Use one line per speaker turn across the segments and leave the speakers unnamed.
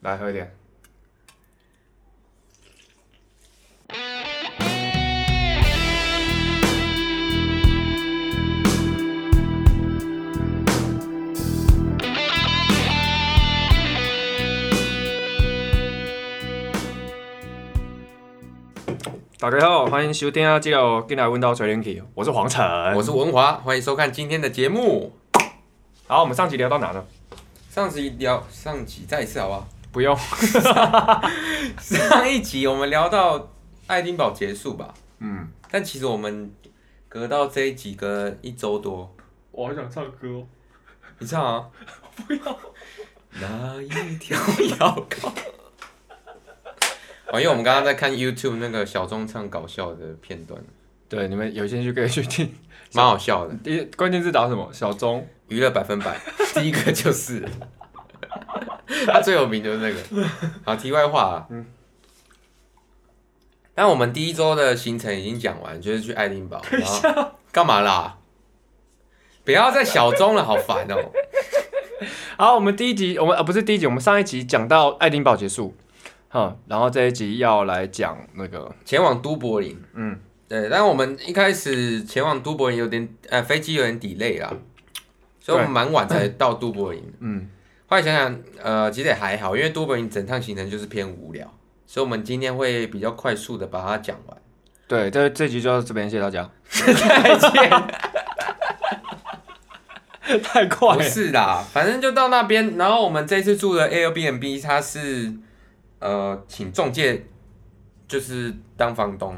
来喝一点。大家好，欢迎收听啊！这个进来问到锤炼器，我是黄晨。
我是文华，欢迎收看今天的节目。
好，我们上集聊到哪呢？
上集聊上集再一次好不 好？
不用，
上一集我们聊到爱丁堡结束吧，
嗯，
但其实我们隔到这一集隔一周多，
我好想唱歌、哦。
你唱啊？不要。 那一条摇杆。哦，因为我们刚刚在看 YouTube 那个小钟唱搞笑的片段，
对，你们有兴趣可以去听。
蛮好笑的。
第一关键字打什么？小钟。
娱乐百分百，第一个就是， 他最有名就是那个。好，题外话、啊，嗯，但我们第一周的行程已经讲完，就是去爱丁堡。然后干嘛啦？不要再小钟了，好烦哦、
好，我们第一集，我们呃不是第一集，我们上一集讲到爱丁堡结束，哈，然后这一集要来讲那个，
前往都柏林，
嗯，
对，但我们一开始前往都柏林有点，呃，飞机有点 delay 啦，所以我们蛮晚才到都柏林。
嗯，
后来想想，呃，其实也还好，因为都柏林整趟行程就是偏无聊，所以我们今天会比较快速的把它讲完。
对，这这集就到这边，谢谢大 家，
再 见。
太快
不是啦，反正就到那边。然后我们这次住的 Airbnb，它是呃请中介，就是当房东，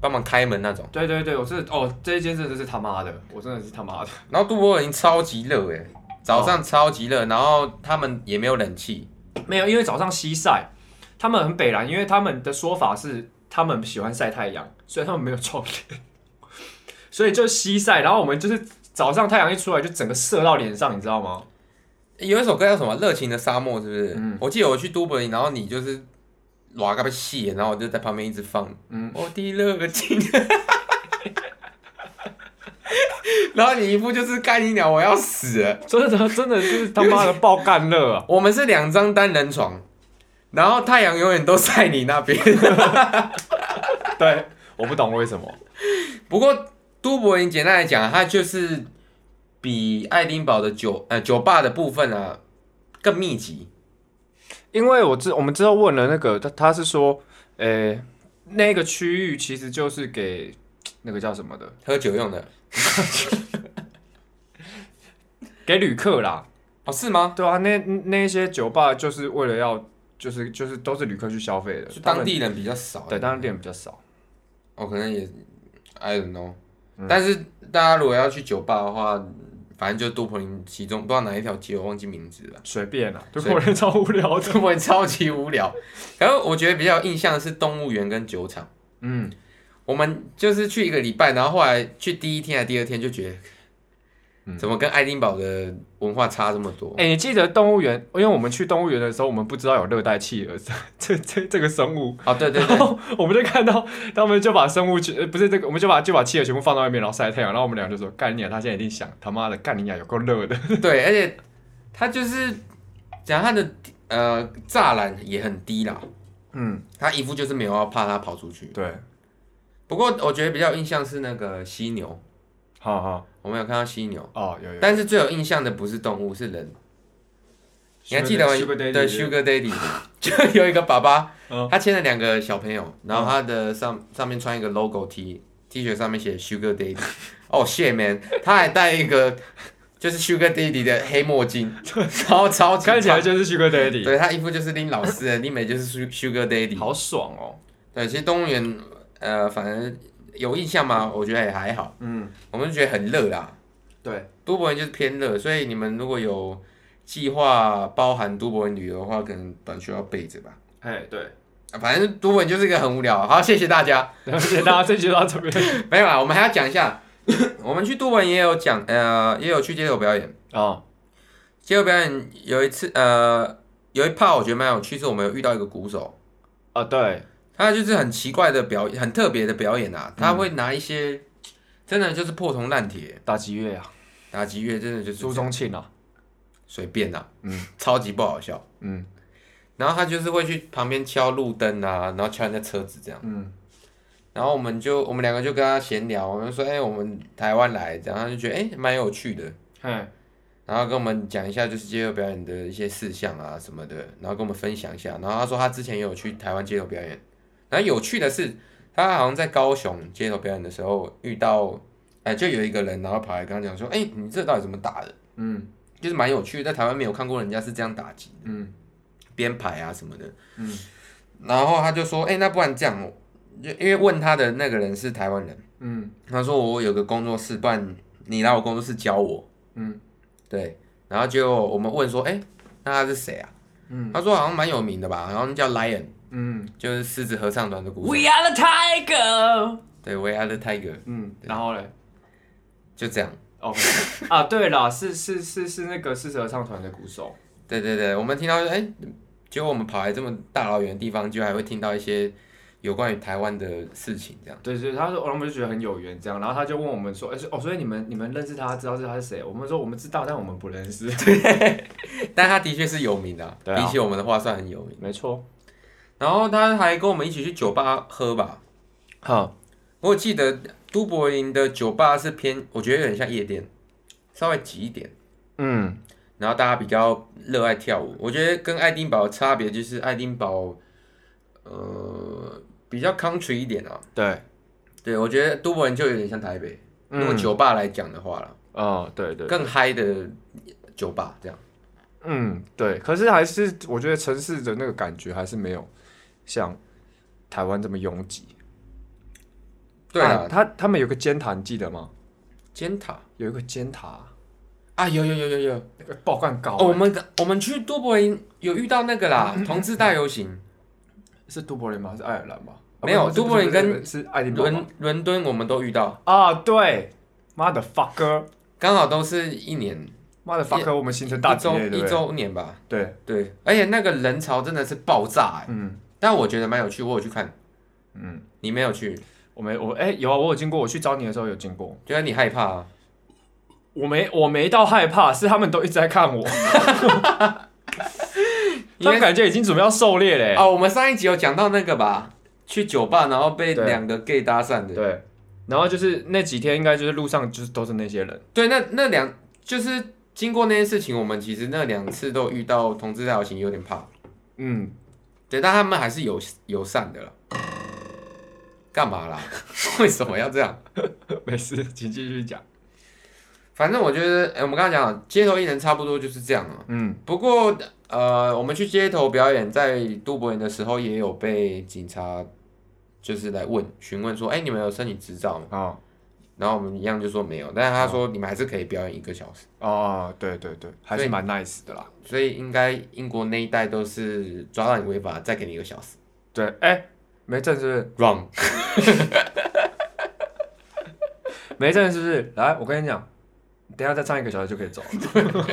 帮忙开门那种。
对对对，我是哦，这一间真的是他妈的，我真的是他妈的，
然后杜柏林超级热诶、早上超级
哦
热，然后他们也没有冷气。
没有，因为早上西晒，他们很北蓝，因为他们的说法是他们喜欢晒太阳，所以他们没有窗帘， 所以就西晒，然后我们就是早上太阳一出来就整个射到脸上，你知道吗？
有一首歌叫什么《热情的沙漠》，是不是？
嗯
我记得我去都柏林，然后你就是哇个被戏，然后我就在旁边一直放，
嗯
我的热情。 然后你一副就是干你鸟，我要死了。
真的真的是他妈的爆干热 啊！
我们是两张单人床，然后太阳永远都在你那边。
对，我不懂为什么。
不过都柏林简单来讲，它就是比爱丁堡的酒呃酒吧的部分啊更密集。
因为我之我们之后问了那个他，他是说，呃、那个区域其实就是给那个叫什么的，
喝酒用的
给旅客啦，
哦，是吗？
对啊，那那一些酒吧就是为了要，就是就是都是旅客去消费的，
就
他
当
们
地人比较少。
对当地人比较少，
哦，可能也 I don't know、但
嗯
是大家如果要去酒吧的话，反正就都柏林其中不知道哪一条街，我忘记名字了。
随便啦，对
随
国人超无聊的，
都柏林超级无聊。然后我觉得比较有印象的是动物园跟酒厂。
嗯，
我们就是去一个礼拜，然后后来去第一天还是第二天就觉得，怎么跟爱丁堡的文化差这么多？
哎、你记得动物园？因为我们去动物园的时候，我们不知道有热带企鹅这 这这这个生物，
哦，对对
然
对，
后我们就看到他们就把生物去，呃不是这个，我们就把就把企鹅全部放到外面，然后晒太阳。然后我们俩就说：“干你啊俩，他现在一定想他妈的干你啊俩有够热的。
对，而且它就是讲它的呃栅栏也很低啦，”
嗯，
它一副就是没有要怕它跑出去。
对，
不过我觉得比较有印象是那个犀牛，
好好
我们有看到犀牛，
哦，有有。
但是最有印象的不是动物，是人。你还记得吗？
Sugar Daddy
对
是不是
，Sugar Daddy，就 有一个爸爸，
嗯
他牵了两个小朋友，然后他的上上面穿一个 logo T T 恤，上面写 Sugar Daddy。哦、shit man，他还戴一个 就是 Sugar Daddy 的黑 墨镜，然后超级
看起来
胖
就是 Sugar Daddy，
对他一副就是拎老师的，拎美就是 Su- Sugar Daddy。
好爽哦。
对，其实动物园呃，反正有印象吗？我觉得也还好，
嗯，
我们就觉得很热啊啦。
对，
都柏林就是偏热，所以你们如果有计划包含都柏林旅游的话，可能短袖要备着吧。
哎 对，
啊反正都柏林就是一个很无聊。好，谢谢大家。
然后谢谢大家，这集就到这边。
没有啦，我们还要讲一下， 我们去都柏林也有讲，呃，也有去街头表演。
哦，
街头表演有一次，呃，有一趴我觉得蛮有趣，是我们有遇到一个鼓手，
啊对，
他就是很奇怪的表演，很特别的表演啊，他会拿一些真的就是破铜烂铁，
打击乐啊，
打击乐真的就是
朱宗庆啊，
随便啊，
嗯
嗯，超级不好笑。
嗯，
然后他就是会去旁边敲路灯啊，然后敲人家车子这样。
嗯，
然后我们就我们两个就跟他闲聊，我们就说，哎、我们台湾来，这样他就觉得哎蛮、有趣的，
嘿，然
然后跟我们讲一下就是街头表演的一些事项啊什么的，然后跟我们分享一下。然后他说他之前也有去台湾街头表演，然后有趣的是，他好像在高雄街头表演的时候遇到，哎、就有一个人，然后跑来跟他讲说，哎、你这到底怎么打的？
嗯
就是蛮有趣的，在台湾没有看过人家是这样打击的，
嗯
编排啊什么的。
嗯
然后他就说，哎、那不然这样，因因为问他的那个人是台湾人，
嗯
他说我有个工作室，不然你来我工作室教我。
嗯
对，然后就我们问说，哎、那他是谁啊？
嗯
他说好像蛮有名的吧，好像叫 Lion，
嗯
就是狮子合唱团的鼓手。
，We are the tiger。
对，We Are the Tiger，
嗯，然后嘞
就这样。
，OK，啊，对了，是是是是那个四十合唱团的鼓手，
对对对，我们听到哎、结果我们跑来这么大老远的地方，就还会听到一些有关于台湾的事情，这样。
对对，他说，我们就觉得很有缘这样，然后他就问我们说，哎、哦，所以你们你们认识他，知道是他是谁？我们说我们知道，但我们不认识。
但他的确是有名的、
对啊
比起我们的话算很有名。
没错，
然后他还跟我们一起去酒吧喝吧，
好，
我记得都柏林的酒吧是偏，我觉得有点像夜店，稍微挤一点。
嗯
然后大家比较热爱跳舞。我觉得跟爱丁堡的差别就是爱丁堡，呃，比较 country 一点啊。
对，嗯
对，我觉得都柏林就有点像台北，如果酒吧来讲的话啦，
哦，对对，
更嗨的酒吧这样。
嗯对，可是还是我觉得城市的那个感觉还是没有像台湾这么拥挤。
对
啊
啊，
他他们有个尖塔，你记得吗？
尖塔
有一个尖塔，
啊，有有有有有。
那个爆干高、欸
哦，我们我们去都柏林有遇到那个啦，
嗯
同志大游行。
是都柏林吗？是爱尔兰吗？
没有
啊不是
都柏林
不是不是
跟
是爱丁堡吗
伦伦敦我们都遇到，
啊，对，motherfucker，motherfucker，
刚好都是一年
我们形成大
一
敌
周
对
一
不对？
周年吧。
对，
对，而且那个人潮真的是爆炸、欸，
嗯
但我觉得蛮有趣，我有去看。
嗯，
你没有去，
我没我哎、有啊，我有经过，我去找你的时候有经过，
觉得你害怕、啊。
我没我没到害怕，是他们都一直在看我，他们感觉已经准备要狩猎嘞、
哦，我们上一集有讲到那个吧，去酒吧然后被
对
两个 gay 搭讪的。
对，然后就是那几天应该就是路上就是都是那些人，
对，那那两就是经过那件事情，我们其实那两次都遇到同志大游行，有点怕。
嗯，
对，但他们还是友友善的了。干嘛啦？ 为什么要这样？
没事，请继续讲，
反正我觉得，哎我们刚刚讲了街头艺人差不多就是这样啊。
嗯
不过，呃，我们去街头表演，在都柏林的时候，也有被警察就是来问询问说，哎、你们有申请执照吗？
好。
然后我们一样就说没有，但是他说你们还是可以表演一个小时，
哦，对对对，还是蛮 nice 的啦。
所以应该英国那一带都是抓到你违法，再给你一个小时。
对，哎、没证是不是？
Wrong，
没证是不是？来，我跟你讲，等一下再唱一个小时就可以 走了。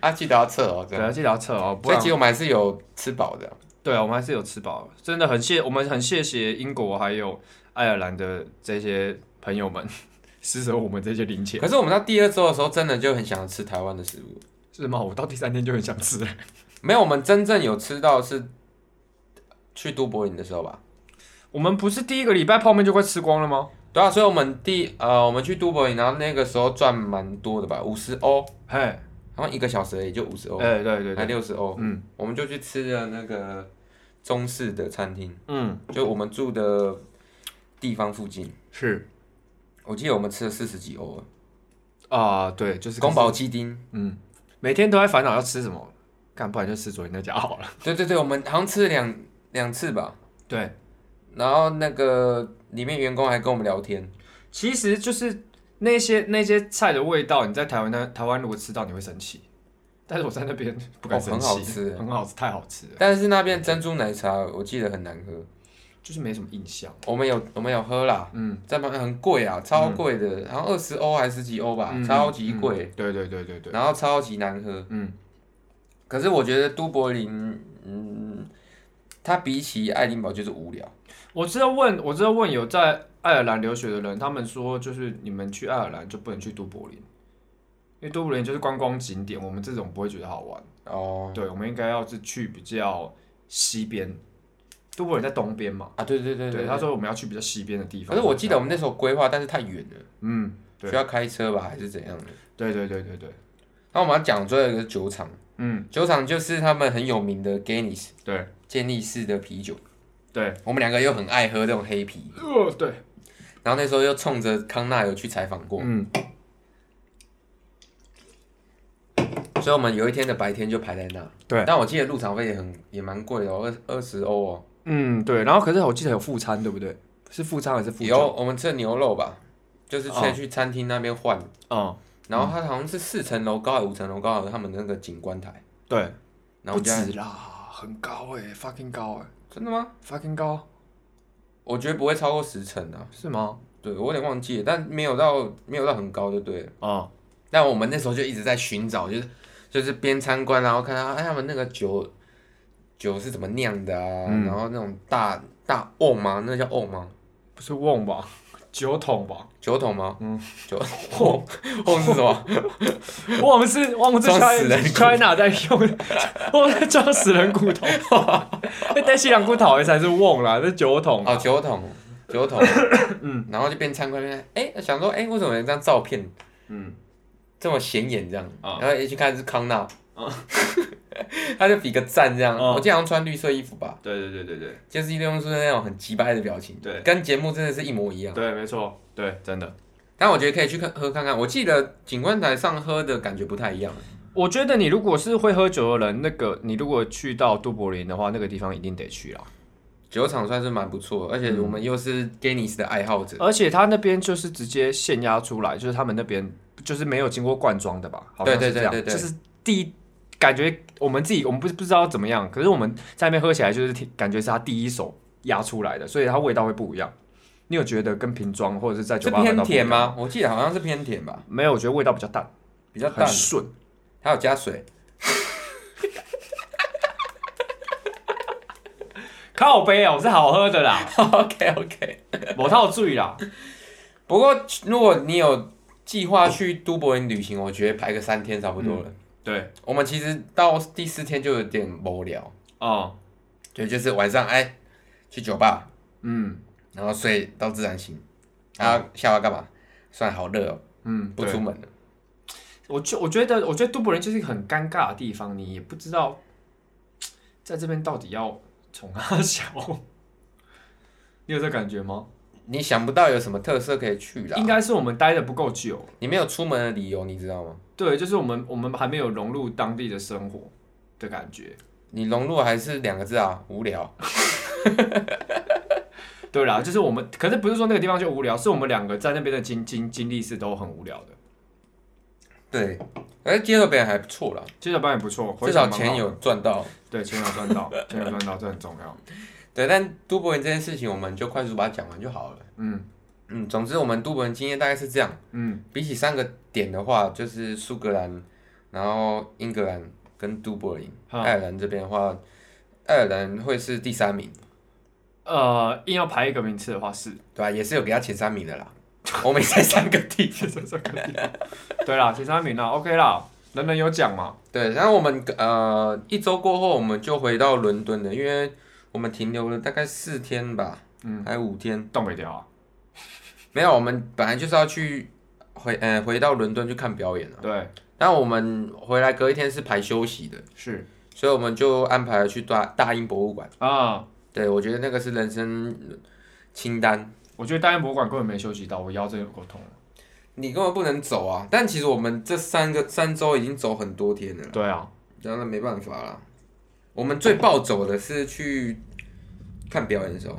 啊，记得要测哦，
对
真的。
啊，记得要撤哦，不
所以
然
其实我们还是有吃饱的，
对啊，我们还是有吃饱，真的很谢，我们很谢谢英国还有爱尔兰的这些朋友们， 施舍我们这些零钱，
可是我们到第二周的时候，真的就很想吃台湾的食物。
是吗？我到第三天就很想吃了。
没有，我们真正有吃到是去都柏林的时候吧。
我们不是第一个礼拜泡面就快吃光了吗？
对啊，所以我们第呃，我们去都柏林，然后那个时候赚蛮多的吧，五十欧，
嘿，哎、
好像一个小时也就五十欧，
对哎对
还
对，
六十欧，
嗯
我们就去吃了那个中式的餐厅，
嗯，
就我们住的地方附近。
是
我记得我们吃了四十几欧，
啊、对，就是
宫保鸡丁。
嗯，每天都在烦恼要吃什么，干不然就吃昨天那家好了。
对对对，我们好像吃了两两次吧。
对，
然后那个里面员工还跟我们聊天，
其实就是那些那些菜的味道，你在台湾呢，台湾如果吃到你会生气，但是我在那边不敢
哦
生
很
气、
好吃
很好吃，太好吃了，
但是那边珍珠奶茶我记得很难喝。
就是没什么印象。
我们有我们有喝啦，
嗯，
在旁边很贵啊，超贵的，然后二十欧还是十几欧吧，
嗯
超级贵，
嗯对对对对对，
然后超级难喝。
嗯，
可是我觉得都柏林，嗯，它比起爱丁堡就是无聊。
我知道问，我知道问有在爱尔兰留学的人，他们说就是你们去爱尔兰就不能去都柏林，因为都柏
啊
林就是观光景点，我们这种不会觉得好玩。
哦，
对，我们应该要是去比较西边，都不人在东边嘛。
啊，对对对
对，他说我们要去比较西边的地
可
方。
是我记得我们那时候规划，但是太远了，
嗯，对
需要开车吧，还是怎样的？
对对对对对，
那我们要讲最后一个酒厂，
嗯，
酒厂就是他们很有名的 Guinness
对
健力士的啤酒，
对，
我们两个又很爱喝这种黑啤，
哦对，
然后那时候又冲着康纳有去采访过，
嗯，
所以我们有一天的白天就排在那。
对
但我记得入场费也很也蛮贵的、哦，二二十欧哦。
嗯对，然后可是我记得有副餐，对不对？是副餐还是副
有
酒？
我们吃牛肉吧，就是
哦
先去餐厅那边换，
嗯，
然后它好像是四层楼高还是五层楼高的他们那个景观台，
对，
然后我
不
们就
止啦，很高哎、f u c k i n g 高哎、
真的吗？
f u c k i n g 高
我觉得不会超过十层啊。
是吗？
对，我有点忘记了，但没有到没有到很高就对了。
啊、
但我们那时候就一直在寻找，就是就是边参观，然后看到哎他们那个酒酒是怎么酿的啊，
嗯
然后那种大大瓮吗？那叫瓮吗？
不是瓮吧，酒桶 吧？
酒桶吗？
嗯
嗯，酒 瓮瓮是什么？
我们是，我们是
装死人
China
骨
China 在用的，我们在装死人骨头。 那但西凉骨头才是瓮啦，是酒桶啊
哦，酒桶，酒桶。嗯，然后就边参观边看，哎、想说，哎、为什么有一张照片
嗯，
这么显眼这样？
啊
然后一去看是康纳， 他就比个赞这样。
啊
我经常穿绿色衣服吧，
对对对对对
就是一用出那种很急掰的表情，
对
跟节目真的是一模一样。
对，没错，对，真的。
但我觉得可以去看喝看看，我记得景观台上喝的感觉不太一样。
我觉得你如果是会喝酒的人，那个你如果去到都柏林的话，那个地方一定得去啦。
酒厂算是蛮不错，而且我们又是 Guinness 的爱好者，
而且他那边就是直接现压出来，就是他们那边就是没有经过灌装的吧？好像
对
是
对
这样，
对对对
就是第一感觉我们自己我们不不知道怎么样，可是我们在那边喝起来就是挺感觉是他第一手压出来的，所以它味道会不一样。你有觉得跟瓶装或者是在
是
酒吧喝
偏
到不一样
甜？吗？我记得好像是偏甜吧，
没有，我觉得味道比较淡，
比较
很
淡。
顺。
还有加水，
靠杯哦，是好喝的啦，
OK OK。
我套注意啦。
不过如果你有计划去都柏林旅行，我觉得排个三天差不多
嗯
了。
对，
我们其实到第四天就有点无聊，
哦，
对，就是晚上哎去酒吧，
嗯
然后睡到自然醒，然后下午要干嘛？算好热哦，
嗯，
不
对
出门了。
我觉我觉得，我觉得都柏林就是一个很尴尬的地方，你也不知道在这边到底要从 哪小。你有这感觉吗？
你想不到有什么特色可以去啦
应？该是我们待的不够久，
你没有出门的理由，你知道吗？
对，就是我们我们还没有融入当地的生活的感觉。
你融入还是两个字啊，无聊。
对啦，就是我们，可是不是说那个地方就无聊，是我们两个在那边的经经经历是都很无聊的。
对，而接受别人还不错啦，
其实班也不错，回
至少
想蛮好
钱有赚到。
对钱有赚到，钱有赚到这很重要。
对，但都柏林这件事情，我们就快速把它讲完就好了。
嗯
嗯，总之我们都柏林经验大概是这样。
嗯
比起三个点的话，就是苏格兰，然后英格兰跟都柏林，
嗯
爱尔兰这边的话，爱尔兰会是第三名，
呃，硬要排一个名次的话是。
对吧、也是有给他前三名的 啦。我们才三个地，
对啦，前三名啦，OK 啦，人人有奖嘛。
对，然后我们呃一周过后我们就回到伦敦了，因为我们停留了大概四天吧，
嗯，
还有五天，
东北调啊，
没有，我们本来就是要去回呃回到伦敦去看表演了，
对，
但我们回来隔一天是排休息的，
是
所以我们就安排了去大大英博物馆。
啊、
对，我觉得那个是人生清单，
我觉得大英博物馆根本没休息到，我腰真的有够痛了。
你根本不能走啊！但其实我们这三个三周已经走很多天了，
对啊，
当然没办法啦。我们最暴走的是去看表演的时候，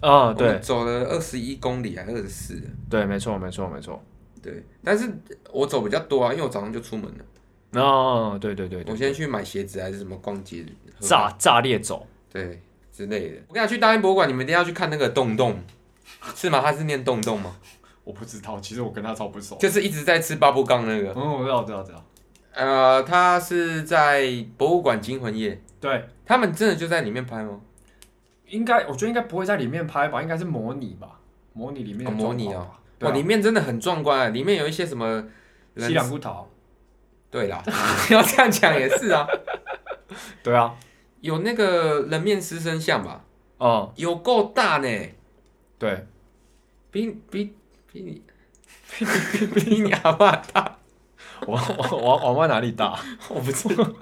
啊、
我
对
们走了二十一公里还二十四，
对，没错没错没错。
对。但是我走比较多啊，因为我早上就出门了，
哦，对对对对，
我先去买鞋子还是什么逛街，喝
炸炸裂走，
对之类的。我跟你讲，去大英博物馆，你们一定要去看那个洞洞，是吗？他是念洞洞吗？
我不知道，其实我跟他超不熟。
就是一直在吃巴布杠那个。
嗯，我知道知道知道。
呃，他是在博物馆惊魂夜，
对，
他们真的就在里面拍吗？
应该我觉得应该不会在里面拍吧，应该是模拟吧，模拟里面的、
哦模拟
啊
哦。
对
哇，
啊，
里面真的很壮观啊！里面有一些什么人
西凉骨头。
对啦，要这样讲也是啊。
对啊，
有那个人面狮身像吧，
哦，
有够大呢，
对，
比比比你比比比你阿爸大，
我我我 我往哪里打？
我不知道。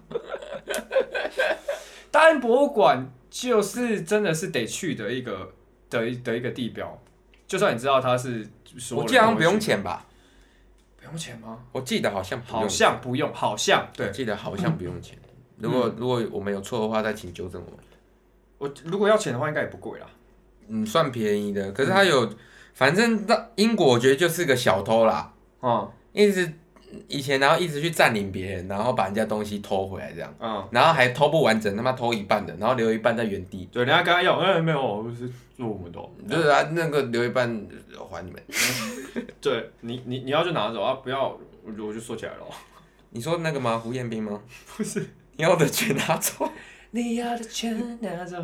大安博物馆就是真的是得去的一个的一的一个地标，就算你知道它是所有人都会去，
我记得好像不用钱吧？
不用钱吗？
我记得好像不
好
用，
像不用，好像对嗯
我记得好像不用 钱。如果如果我们有错的话，再请纠正我。
我如果要钱的话，应该也不贵啦。
嗯，算便宜的，可是
嗯
它有，反正到英国我觉得就是个小偷啦，
嗯
一直以前然后一直去占领别人，然后把人家东西偷回来这样，
嗯，
然后还偷不完整，他妈偷一半的，然后留一半在原地。
对，人家刚刚要，哎、没有，不是做我们的哦。
就是啊，那个留一半呃还你们。
对你你你要就拿走啊，不要我就我就收起 来了哦。
你说那个吗？胡彦斌吗？不是，你要我的 全拿走。
你要的钱拿走。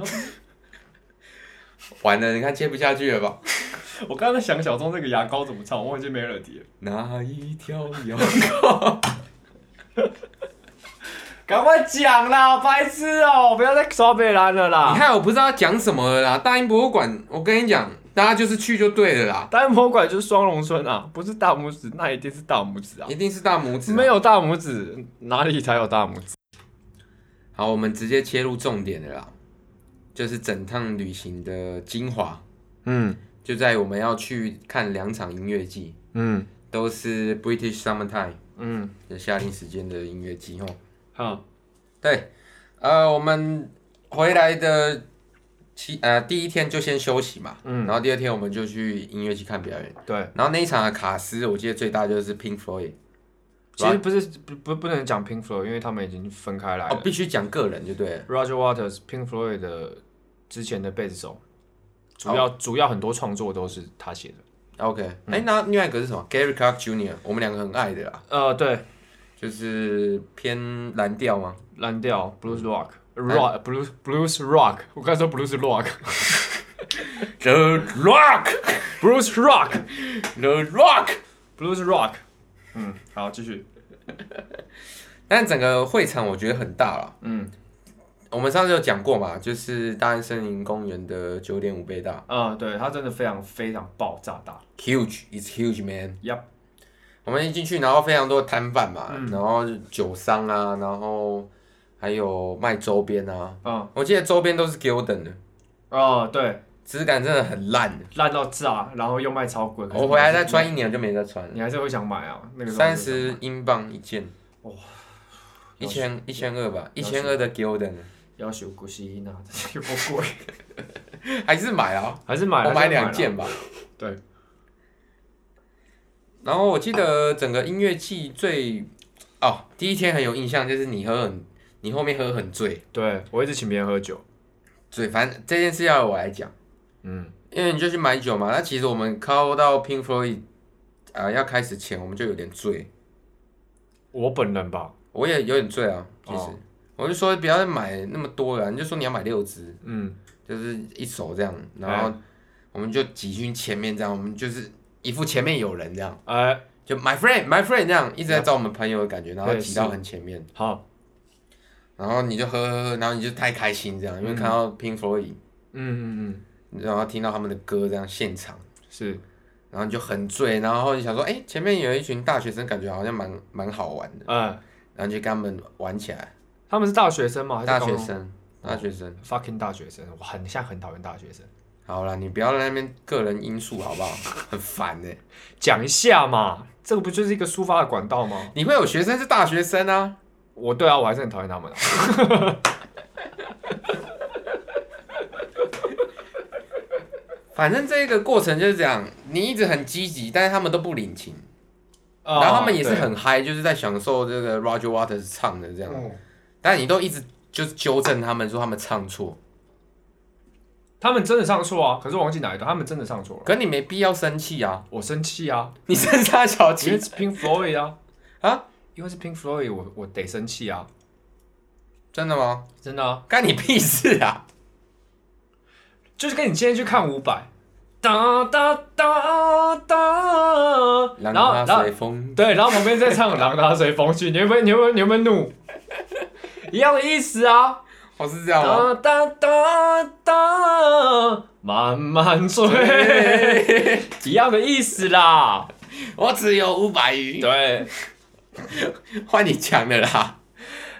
完了，你看接不下去了吧？
我刚刚在想小钟那个牙膏怎么唱，我忘记 melody 了。
哪一条腰？
赶快讲啦，白痴哦、不要再耍北兰了
你
啦。
看，我不知道讲什么了啦。大英博物馆，我跟你讲，大家就是去就对了啦，
单博馆就是双龙村啊，不是大拇指，那一定是大拇指啊。
一定是大拇指、
没。有大拇指，哪里才有大拇指？
好，我们直接切入重点了啦，就是整趟旅行的精华，
嗯
就在我们要去看两场音乐季，
嗯
都是 British Summertime
嗯，
的夏令时间的音乐季哦。
好，
对，呃，我们回来的期呃第一天就先休息嘛，
嗯
然后第二天我们就去音乐季看表演。
对，
然后那一场的卡斯，我记得最大就是 Pink Floyd，
其实不是不不不能讲 Pink Floyd，因为他们已经分开来了。
哦，必须讲个人就对了。
Roger Waters Pink Floyd 的之前的贝斯手，主要、主要很多创作都是他写的。
OK，哎、那另外一个是什么？Gary Clark Jr.，我们两个很爱的啦，
呃，对，
就是偏蓝调吗？
蓝调 Blues Rock。Rock blues blues rock，我刚才说 blues rock，blues
The Rock，The
rock，blues
Rock。
rock。嗯，好，继续。
但整个会场我觉得很大了。
嗯，
我们上次有讲过嘛，就是大安森林公园的九点五倍大
啊、对，他真的非常非常爆炸大。
，huge，it's huge man。
Yep，
我们一进去，然后非常多的摊贩嘛，然后酒商啊，然后还有卖周边啊。
嗯，
我记得周边都是 Gildan 的，
哦，对，
质感真的很烂。
烂到炸，然后又卖超贵。可是
我回来再穿一年我就没再穿了。
你还是会想买啊？那个时候
三
就
十英镑一件，
哇
一千一千二吧，一千二的 Gildan
要求古希娜，啊这是有多贵？
还是买 了，
还是买了？啊
我买
还是
两
了。
件吧。
对，
然后我记得整个音乐季最哦，第一天很有印象，就是你喝很，你后面喝很醉，
对我一直请别人喝酒。
醉。反正这件事要我来讲，
嗯
因为你就去买酒嘛。那其实我们靠到 Pink Floyd 啊、呃要开始前，我们就有点醉，，
我本人吧，
我也有点醉啊。其实、
哦
我就说不要再买那么多了，你就说你要买六支，
嗯，
就是一手这样，然
哎
后我们就挤进前面这样，我们就是一副前面有人这样，
哎、
就 my friend my friend 这样一直在找我们朋友的感觉，然后
对
挤到
是
很前面。
好，
然后你就喝喝喝，然后你就太开心这样，因为看到 Pink Floyd，、
嗯嗯
然后听到他们的歌这样现场，
嗯，是，
然后你就很醉，然后你想说，哎，前面有一群大学生，感觉好像蛮蛮好玩的，
哎、
然后就跟他们玩起来。
他们是大学生吗？哦还是
大
高
学
中
生，大学生，
？fucking 大学生，我很现在很讨厌大学生，
好啦，你不要在那边个人因素好不 好？很烦呢、欸
讲一下嘛，这个不就是一个抒发的管道吗？
你会有学生是大学生啊，
我对啊，我还是很讨厌他们、啊。
反正这个过程就是这样，你一直很积极，但是他们都不领情，
哦
然后他们也是
对
很嗨，就是在享受这个 Roger Waters 唱的这样。
嗯
但你都一直就是纠正他们说他们唱错，
他们真的上错啊，可是我忘记哪一段，他们真的上错了，
可你没必要生气啊，
我生气 啊，
你生啥小
因为
气
是 Pink Floyd 啊，
啊？
因为是 Pink Floyd，我我得生气啊，
真的吗？
真的啊，
干你屁事啊！
就是跟你今天去看伍佰，哒哒哒哒，然后然后
随风，
对，然后旁边 在唱《狼拿随风去》，你会不会你会不会你会不会怒？一样的意思啊，
哦，是这样吗？
哒哒哒哒，慢慢追，
对
一样的意思啦。
我只有五百余，
对，
换你讲的啦。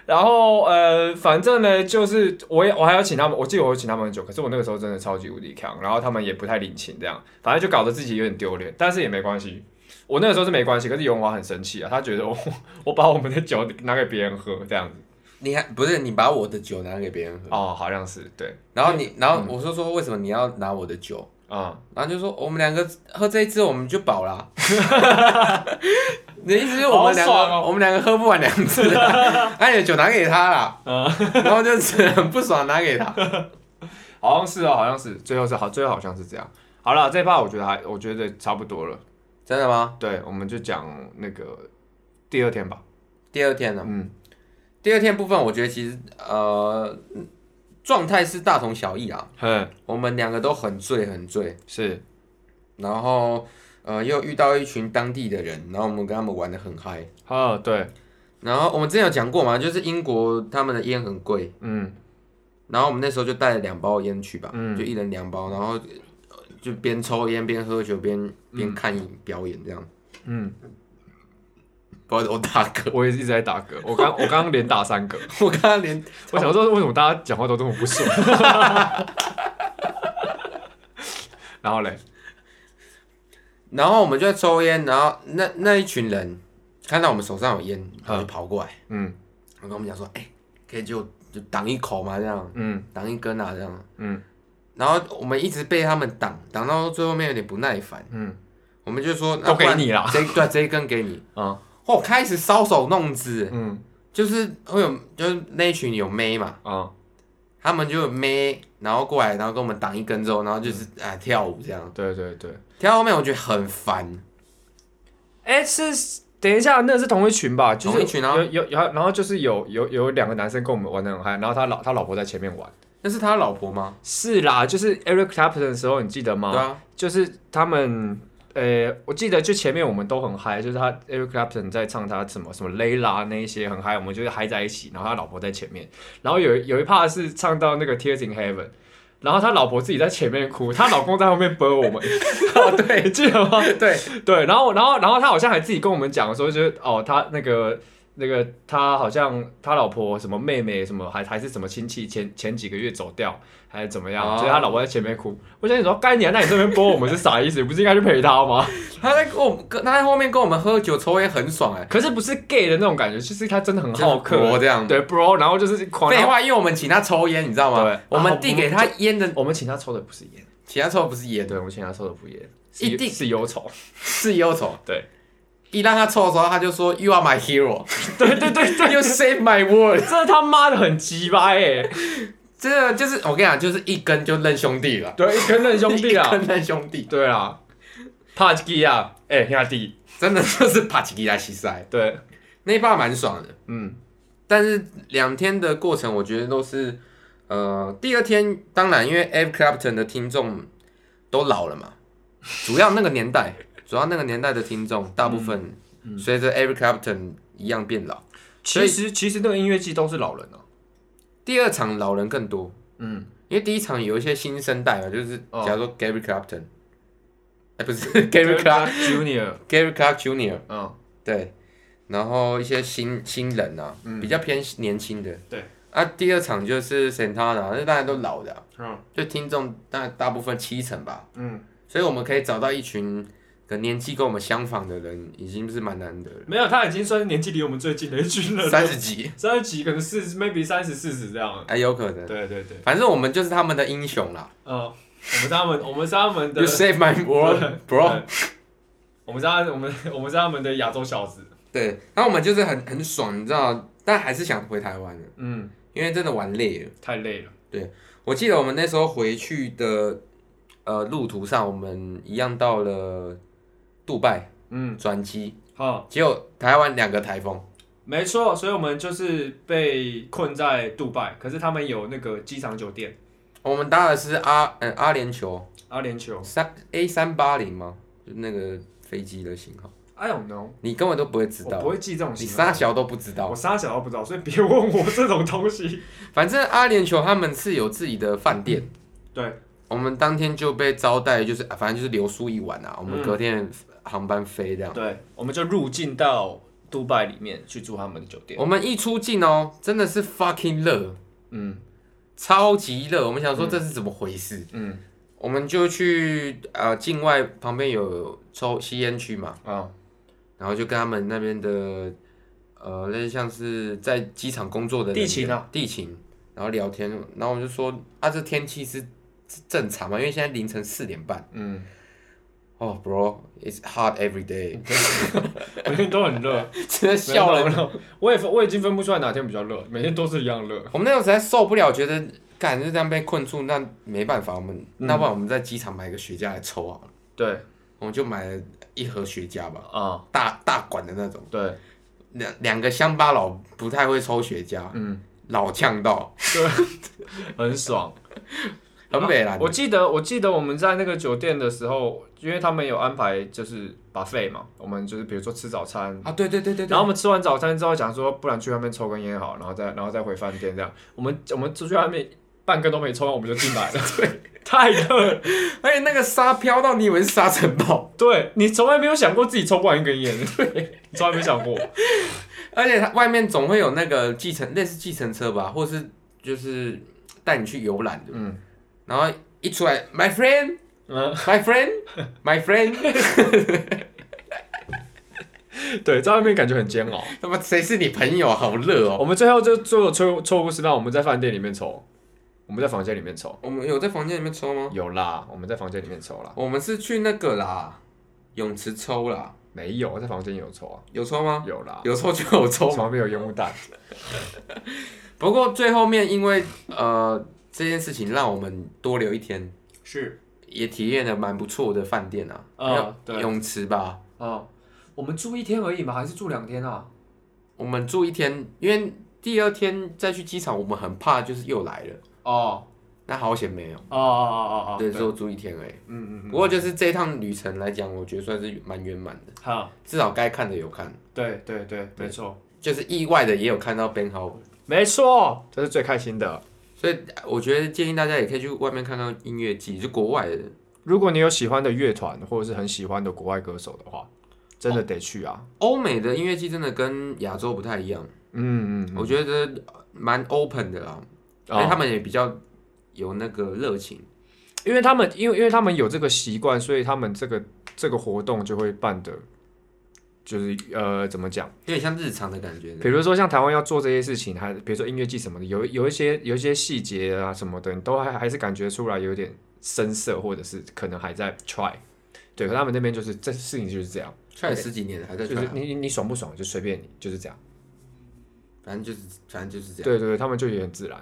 然后呃，反正呢，就是我也我还要请他们，我记得我有请他们很久，可是我那个时候真的超级无敌强，然后他们也不太领情，这样，反正就搞得自己有点丢脸，但是也没关系。我那个时候是没关系，可是永华很生气啊，他觉得我我把我们的酒拿给别人喝这样子，
你还不是你把我的酒拿给别人喝，
哦，好像是对，嗯
然后你，然后我说说为什么你要拿我的酒？
啊、
然后就说我们两个喝这一支我们就饱啦。 你的意思就是我们两个、
好爽哦
我们两个喝不完两支、 啊，那你的酒拿给他啦，
嗯
然后就只能不爽拿给他。
好像是哦，好像是，最后是好，最后好像是这样。好了，这一趴我觉得还，我觉得差不多了。
真的吗？
对，我们就讲那个第二天吧。
第二天呢？
嗯，
第二天部分我觉得其实呃状态是大同小异啊，
哼，
我们两个都很醉很醉，
是，
然后呃又遇到一群当地的人，然后我们跟他们玩的很嗨。
哦，对，
然后我们之前有讲过嘛，就是英国他们的烟很贵，
嗯，
然后我们那时候就带了两包烟去吧，
嗯
就一人两包，然后呃就边抽烟边喝酒边边看影表演这样。
嗯，
不好意思，我打嗝，
我也一直在打嗝，我刚我刚刚连打三个，
我刚刚连
我想说为什么大家讲话都这么不顺。 然后嘞，
然后我们就在抽烟，然后那那一群人看到我们手上有烟，然后就跑过来，
嗯
然后跟我们讲说：“哎、可以就就挡一口嘛，这样
嗯
挡一根啊，这样。
嗯”
然后我们一直被他们挡，挡到最后面有点不耐烦，
嗯，
我们就说：“
都
那不然
给你啦
这对这一根给你。
啊，”
哦，开始搔首弄姿，
嗯
就是会有，就是那一群有妹嘛，
啊，
他们就有妹，然后过来，然后跟我们挡一根之后，然后就是
嗯
啊、跳舞这样，
对对对。
跳到后面我觉得很烦，
哎、是等一下，那是同一群吧？就是
同一群啊
有有有，然后就是有有有两个男生跟我们玩的很嗨，然后他老他老婆在前面玩。
那是他老婆吗？
是啦，就是 Eric Clapton 的时候，你记得吗？
对啊，
就是他们，呃，我记得就前面我们都很嗨，就是他 Eric Clapton 在唱他什么什么 Layla 那一些很嗨，我们就是嗨在一起，然后他老婆在前面，然后有有一趴是唱到那个 Tears in Heaven。然后他老婆自己在前面哭，她老公在后面拨我们。 哦， 对，记得吗？
对，
对，然后然后然后他好像还自己跟我们讲说，就是哦，他那个那个他好像他老婆什么妹妹什么还还是什么亲戚前前几个月走掉还是怎么样，
哦
所以他老婆在前面哭。我想你说，该你啊，那你这边播我们是啥意思？你不是应该去陪他吗？
他在跟我们跟他在后面跟我们喝酒抽烟很爽哎、
可是不是 gay 的那种感觉，就是他真的很好
就是
客，
bro 这样
对 bro，然后就是狂
废。话，因为我们请他抽烟，你知道
对
吗？我
啊
们递给他烟的，
我们请他抽的不是烟，
请他抽的不是烟，
对，我们请他抽的不是烟，是
一定
是忧愁。
是忧愁。
对，
E 一让他抽的时候，他就说 “You are my hero,
对对对对，
you save my world”。
这他妈的很鸡掰哎！
真的就是我跟你讲，就是一根就认兄弟了，
对，一根嫩兄弟啊
一，根认兄弟。
对啊，帕基啊，哎、兄弟，
真的就是帕奇基拉西塞
对，
那一把蛮爽的。
嗯
但是两天的过程，我觉得都是，呃，第二天当然因为 a v Clapton 的听众都老了嘛，主要那个年代， 主要那个年代的听众大部分随着 a v Clapton 一样变老。
其实其实那个音乐季都是老人啊，
第二场老人更多，
嗯，
因为第一场有一些新生代嘛，就是
哦
假如说 Gary Clapton，哎、不是 Gary Clark
Junior，
Gary Clark Jr.
嗯
对，然后一些新新人啊，比较偏年轻的。
嗯对。
啊，第二场就是 Santana，那当然都老的啊、
嗯
就听众大大部分七成吧，
嗯，
所以我们可以找到一群可能年纪跟我们相仿的人，已经是蛮难得 了。
没有，他已经算是年纪离我们最近的一群人
三
了，
十几，
三十几，可能四十，maybe 三十四十这样，
哎，有可能。
对对对，
反正我们就是他们的英雄啦。
嗯，我们是他们，我们是他们的
You save my world, bro。
对我们是他我们我们是他们的亚洲小子，
对，然后我们就是很很爽，你知道，但还是想回台湾的，
嗯，
因为真的玩累了。
太累了，
我记得我们那时候回去的，呃，路途上我们一样到了杜拜
嗯，
转机，
好，
结果台湾两个台风，
没错，所以我们就是被困在杜拜，可是他们有那个机场酒店
我们搭的是阿嗯阿联酋
阿联酋。
三 A 三八零吗？就那个飞机的型号，
I don't know，
你根本都不会知
我
道
不，会记这种
你
形
傻
容。
小都不知道
我。傻小都不知道，所以别问我这种东西。
反正阿联酋他们是有自己的饭店，
嗯对，
我们当天就被招待，就是啊反正就是留宿一晚啊，我
嗯
们隔天航班飞 这样。
对，我们就入境到杜拜里面去住他们的酒店。
我们一出境哦，真的是 fucking 热，
嗯
超级热。我们想说这是怎么回事？
嗯
我们就去呃境外旁边有抽吸烟区嘛，
啊
然后就跟他们那边的呃类似像是在机场工作的人
地勤啊
地勤，然后聊天，然后我们就说啊这天气是是正常嘛，因为现在凌晨四点半。
嗯，
哦、b r o i t s hot every day，
每天都很 热，
真的笑了。
了。我也分我已经分不出来哪天比较热，每天都是一样热。
我们那时候实在受不了，觉得干就这样被困住，那没办法，我们、
嗯
那不然我们在机场买个雪茄来抽好了，
对
我们就买了一盒雪茄吧，
啊，
大大管的那种，
对，
两两个乡巴佬不太会抽雪茄，
嗯，
老呛到，
很爽。
很美啦。
我记得我记得我们在那个酒店的时候，因为他们有安排就是 buffet 嘛，我们就是比如说吃早餐，
啊，对对对对对，
然后我们吃完早餐之后，想说不然去外面抽根烟好，然后再然后再回饭店这样。我们我们出去外面半根都没抽完，我们就进 来了。对，太热了。
而且那个沙飘到你以为是沙尘暴，
对你从来没有想过自己抽不完一根烟， 对，你从来没想过。
而且它外面总会有那个计程类似计程车吧，或是就是带你去游览的，
嗯
然后一出来，my friend。
嗯，
My friend, my friend，
对，在外面感觉很煎熬。
他妈谁是你朋友？好热哦！
我们最后就最后抽抽不是让我们在饭店里面抽，我们在房间里面抽。
我们有在房间里面抽吗？
有啦，我们在房间里面抽啦。
我们是去那个啦，泳池抽啦，
没有，在房间有抽啊，
有抽吗？
有啦。
有抽就有抽
我。旁边有烟雾弹。
不过最后面因为呃这件事情让我们多留一天，
是
也体验了蛮不错的饭店啊，
啊
要
对
泳池吧。
哦，我们住一天而已嘛，还是住两天啊？
我们住一天，因为第二天再去机场，我们很怕就是又来了。
哦
那好险没有，
哦哦哦哦哦，
对，只有住一天而已。
嗯嗯嗯，
不过就是这趟旅程来讲，我觉得算是蛮圆满的，
好，
至少该看的有看，
对对对，没错，
就是意外的也有看到 Ben h o w
没错，这是最开心的。
所以呃我觉得建议大家也可以去外面看看音乐季，就国外的。
如果你有喜欢的乐团或者是很喜欢的国外歌手的话，真的得去啊。
欧美的音乐季真的跟亚洲不太一样，
嗯嗯，
我觉得蛮 open 的啦，因为
哦
哎他们也比较有那个热情。
因为他们因为因为他们有这个习惯，所以他们这个这个活动就会办的，就是呃怎么讲？
有点像日常的感觉，
比如说像台湾要做这些事情，还比如说音乐季什么的，有有一些有一些细节啊什么的，你都还还是感觉出来有点生涩，或者是可能还在 try。对，可他们那边就是这事情就是这样，
踹了十几年了还在
就
踹
是
啊，
你你你爽不爽就随便你，就是这样。
反正就是反正就是这
对
样，
对对，他们就也很自然。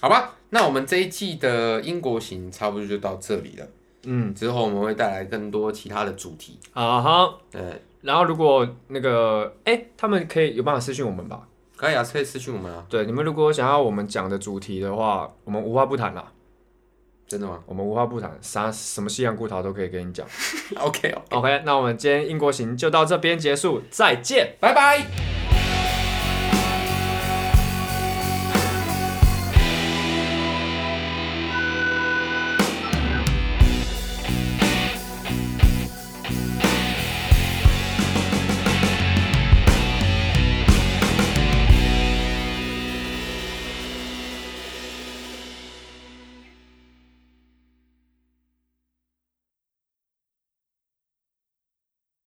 好吧？那我们这一季的英国行差不多就到这里了，
嗯，
之后我们会带来更多其他的主题。
啊哈。
呃，
然后如果那个哎、他们可以有办法私信我们吧？
可以啊，可以私讯我们啊，
对，你们如果想要我们讲的主题的话，我们无话不谈啦，
真的吗
我们无话不谈，啥什么西洋古陶都可以跟你讲。
？OK 哦，
OK，那我们今天英国行就到这边结束，再见。
拜拜。